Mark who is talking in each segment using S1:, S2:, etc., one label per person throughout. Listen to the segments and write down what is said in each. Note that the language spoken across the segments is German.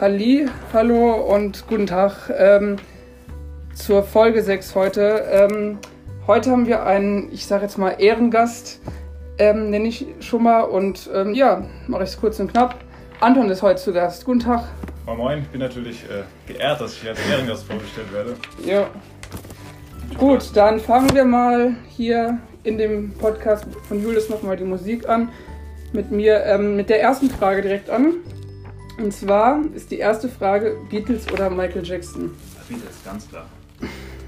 S1: Halli, hallo und guten Tag ähm, zur Folge 6 heute. Ähm, heute haben wir einen, ich sage jetzt mal Ehrengast, ähm, nenne ich schon mal und ähm, ja, mache ich es kurz und knapp. Anton ist heute zu Gast. Guten Tag.
S2: Moin Moin, ich bin natürlich äh, geehrt, dass ich als Ehrengast vorgestellt werde.
S1: Ja. Gut, dann fangen wir mal hier in dem Podcast von Julius nochmal die Musik an. Mit mir, ähm, mit der ersten Frage direkt an. Und zwar ist die erste Frage Beatles oder Michael Jackson.
S2: Beatles, ganz klar.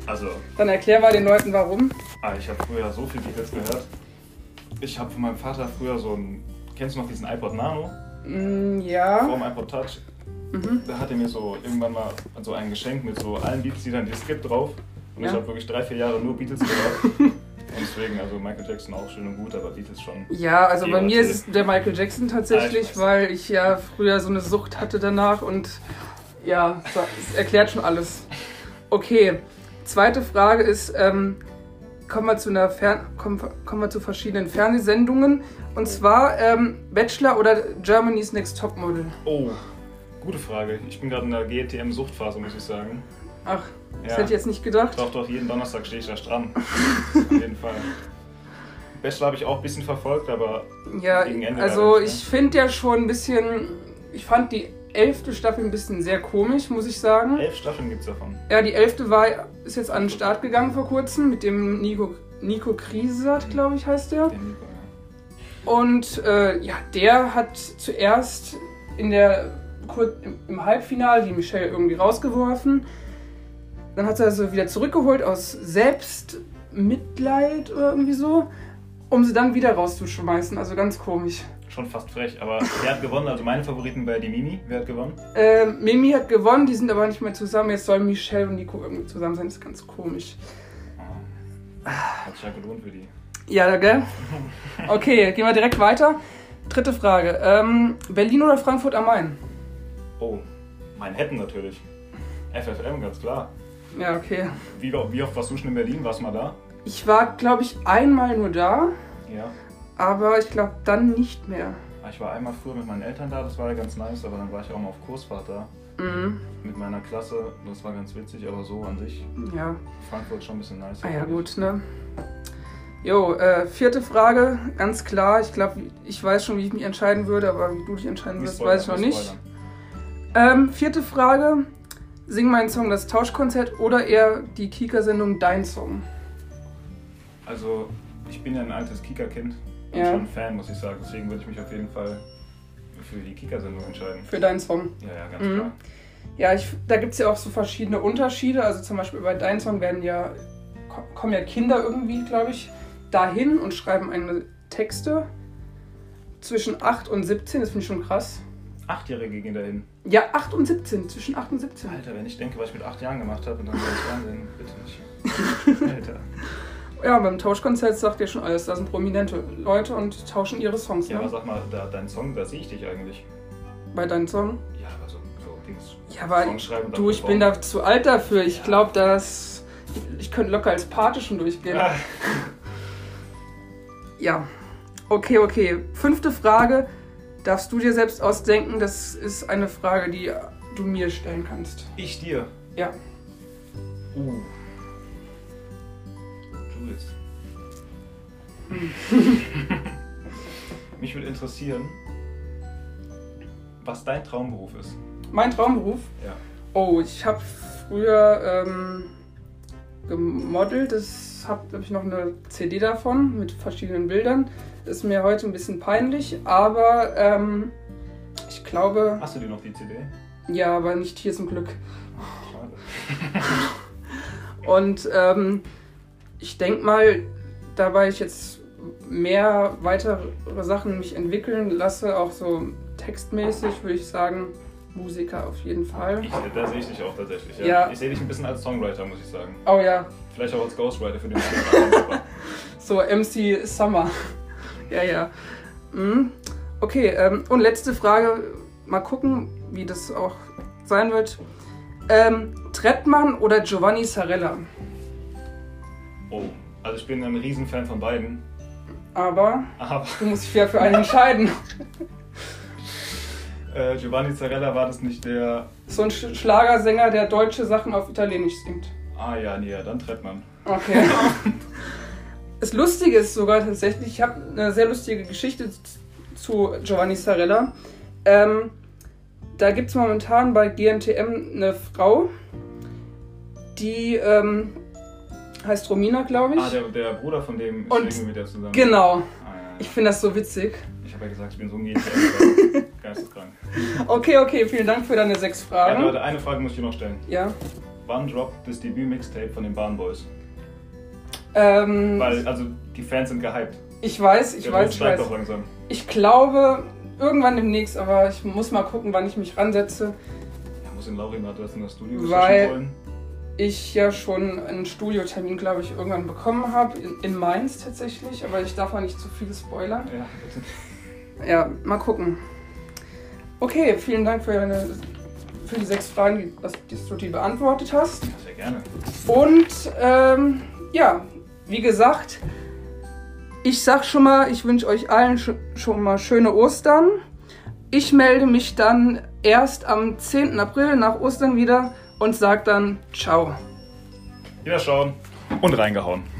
S2: Also,
S1: Dann erklär mal den Leuten warum.
S2: ah, ich habe früher so viel Beatles gehört. Ich habe von meinem Vater früher so ein. Kennst du noch diesen iPod Nano?
S1: Mm,
S2: Vor
S1: ja. Mhm.
S2: dem iPod Touch. Da hat er mir so irgendwann mal so ein Geschenk mit so allen Beats-Liedern, die es gibt, drauf. Und ich
S1: Ja.
S2: habe wirklich drei, vier Jahre nur Beatles gehört. und deswegen, also Michael Jackson auch schön und gut, aber Beatles schon.
S1: Ja, also bei
S2: Ja,
S1: mir
S2: okay.
S1: ist es der Michael Jackson
S2: Ah, ich
S1: tatsächlich,
S2: weiß.
S1: weil ich ja früher so eine Sucht hatte danach und ja, so, es erklärt schon alles. Okay, zweite Frage ist, ähm, kommen, wir zu einer Fern kommen, kommen wir zu verschiedenen Fernsehsendungen und zwar ähm, Bachelor oder Germany's Next Topmodel.
S2: Oh, gute Frage. Ich bin gerade in der GTM-Suchtphase, muss ich sagen.
S1: Ach, das
S2: Ja.
S1: hätte ich jetzt nicht gedacht.
S2: Doch, doch, jeden Donnerstag stehe ich da dran. Auf jeden Fall. Bachelor habe ich auch ein bisschen verfolgt, aber
S1: Ja,
S2: Gegen Ende
S1: also
S2: dann, ne?
S1: ich finde ja schon ein bisschen, ich fand die elfte Staffel ein bisschen sehr komisch, muss ich sagen.
S2: elf Staffeln gibt es davon.
S1: Ja, die elfte war, ist jetzt an den Start gegangen vor kurzem mit dem Nico, Nico Krisat, glaube ich, heißt der.
S2: Den Nico, ja.
S1: Und äh, ja, der hat zuerst in der, kur- im- im Halbfinale die Michelle irgendwie rausgeworfen. Dann hat er sie also wieder zurückgeholt aus Selbstmitleid oder irgendwie so, um sie dann wieder rauszuschmeißen. Also ganz komisch.
S2: Schon fast frech, aber wer hat gewonnen? Also meine Favoriten bei die Mimi. Wer hat gewonnen?
S1: Ähm, Mimi hat gewonnen, die sind aber nicht mehr zusammen. Jetzt sollen Michelle und Nico irgendwie zusammen sein. Das ist ganz komisch.
S2: Ah, Hat sich ja gelohnt für die.
S1: Ja, gell? Okay, gehen wir direkt weiter. Dritte Frage. Ähm, Berlin oder Frankfurt am Main?
S2: Oh, Manhattan natürlich. FFM, ganz klar.
S1: Ja, okay.
S2: Wie, wie oft warst du schon in Berlin? Warst du mal da?
S1: Ich war, glaube ich, einmal nur da,
S2: Ja.
S1: aber ich glaube dann nicht mehr.
S2: Ah, Ich war einmal früher mit meinen Eltern da, das war ja ganz nice, aber dann war ich auch mal auf Kursfahrt da
S1: Mhm.
S2: mit meiner Klasse. Das war ganz witzig, aber so an sich.
S1: Ja.
S2: Frankfurt schon ein bisschen nice.
S1: Ah ja, gut, ne? Jo, äh, vierte Frage, ganz klar. Ich glaube, ich weiß schon, wie ich mich entscheiden würde, aber wie du dich entscheiden
S2: Nicht
S1: wirst, weiß ich noch
S2: spoilern,
S1: nicht.
S2: spoilern.
S1: Ähm, vierte Frage. Sing meinen Song das Tauschkonzert oder eher die Kika-Sendung Dein Song?
S2: Also, ich bin ja ein altes Kika-Kind und
S1: Ja.
S2: schon Fan, muss ich sagen. Deswegen würde ich mich auf jeden Fall für die Kika-Sendung entscheiden.
S1: Für Dein Song.
S2: Ja, ja, ganz
S1: Mhm.
S2: klar.
S1: Ja, ich, da gibt es ja auch so verschiedene Unterschiede. Also zum Beispiel bei Dein Song werden ja, ko- kommen ja Kinder irgendwie, glaube ich, dahin und schreiben eine Texte zwischen 8 und 17. Das finde ich schon krass.
S2: Achtjährige gehen dahin.
S1: Ja, 8 und 17. Zwischen 8 und 17.
S2: Alter, wenn ich denke, was ich mit acht Jahren gemacht habe und dann soll ich Fernsehen, bitte nicht. Alter.
S1: Ja, beim Tauschkonzert sagt ja schon alles. Da sind prominente Leute und tauschen ihre Songs.
S2: Ja, aber
S1: Ne?
S2: sag mal, da, dein Song, da sehe ich dich eigentlich.
S1: Bei Dein Song.
S2: Ja, aber so, so Dings.
S1: Ja, aber
S2: Song schreiben und
S1: du,
S2: dann
S1: ich bin da zu alt dafür. Ich glaube, dass ich könnte locker als Pate schon durchgehen.
S2: Ah,
S1: Ja. Okay, okay. Fünfte Frage. Darfst du dir selbst ausdenken? Das ist eine Frage, die du mir stellen kannst.
S2: ich dir.
S1: Ja.
S2: Uh. Du bist. Mich würde interessieren, was dein Traumberuf ist.
S1: Mein Traumberuf?
S2: Ja.
S1: Oh, ich habe früher ähm, gemodelt. Das habe hab ich noch eine CD davon mit verschiedenen Bildern. Ist mir heute ein bisschen peinlich, aber ähm, ich glaube,
S2: Hast du dir noch die CD?
S1: ja, aber nicht hier zum Glück.
S2: Schade.
S1: Und ähm, ich denke mal, dabei ich jetzt mehr weitere Sachen mich entwickeln lasse, auch so textmäßig, würde ich sagen, Musiker auf jeden Fall.
S2: Ich, da sehe ich dich auch tatsächlich. Ja.
S1: Ja.
S2: Ich sehe dich ein bisschen als Songwriter, muss ich sagen.
S1: Oh ja,
S2: Vielleicht auch als Ghostwriter für den anderen.
S1: so MC Summer. ja, ja. Mhm. Okay, ähm, und letzte Frage. Mal gucken, wie das auch sein wird. Ähm, Trettmann oder Giovanni Sarella?
S2: Oh. Also ich bin ein Riesenfan von beiden.
S1: Aber
S2: Aber
S1: du musst dich ja für einen entscheiden.
S2: Äh, Giovanni Zarella war das nicht der.
S1: So ein Sch Schlagersänger, der deutsche Sachen auf Italienisch singt.
S2: Ah ja, nee, ja, dann trennt man.
S1: Okay. das Lustige ist sogar tatsächlich, ich habe eine sehr lustige Geschichte z- zu Giovanni Sarella. Ähm, da gibt es momentan bei GNTM eine Frau, die ähm, heißt Romina, glaube ich.
S2: Ah, der, der Bruder von dem ist
S1: Und-
S2: irgendwie mit der zusammen.
S1: genau.
S2: Ah, ja, ja.
S1: Ich finde das so witzig.
S2: Ich habe ja gesagt, ich bin so ein Genial. Geisteskrank.
S1: Okay, okay, vielen Dank für deine sechs
S2: Ja,
S1: Fragen.
S2: Leute, eine Frage muss ich noch stellen.
S1: Ja.
S2: Wann droppt das Debüt-Mixtape von den Barn Boys?
S1: Ähm,
S2: Weil, also, die Fans sind gehypt.
S1: ich weiß, ich
S2: Der
S1: weiß,
S2: Druck
S1: ich
S2: steigt
S1: weiß.
S2: auch langsam.
S1: Ich glaube, irgendwann demnächst, aber ich muss mal gucken, wann ich mich ransetze.
S2: Ja, muss in Laurin adressen das Studio
S1: Weil-
S2: switchen wollen.
S1: Ich ja schon einen Studiotermin, glaube ich, irgendwann bekommen habe, in, in Mainz tatsächlich, aber ich darf auch nicht zu viel spoilern.
S2: Ja,
S1: Ja, mal gucken. Okay, vielen Dank für, deine, für die sechs Fragen, die, was- die du die beantwortet hast.
S2: sehr gerne.
S1: Und ähm, ja, wie gesagt, ich sag schon mal, ich wünsche euch allen sch schon mal schöne Ostern. Ich melde mich dann erst am 10. April nach Ostern wieder und sag dann ciao.
S2: Wiederschauen und reingehauen.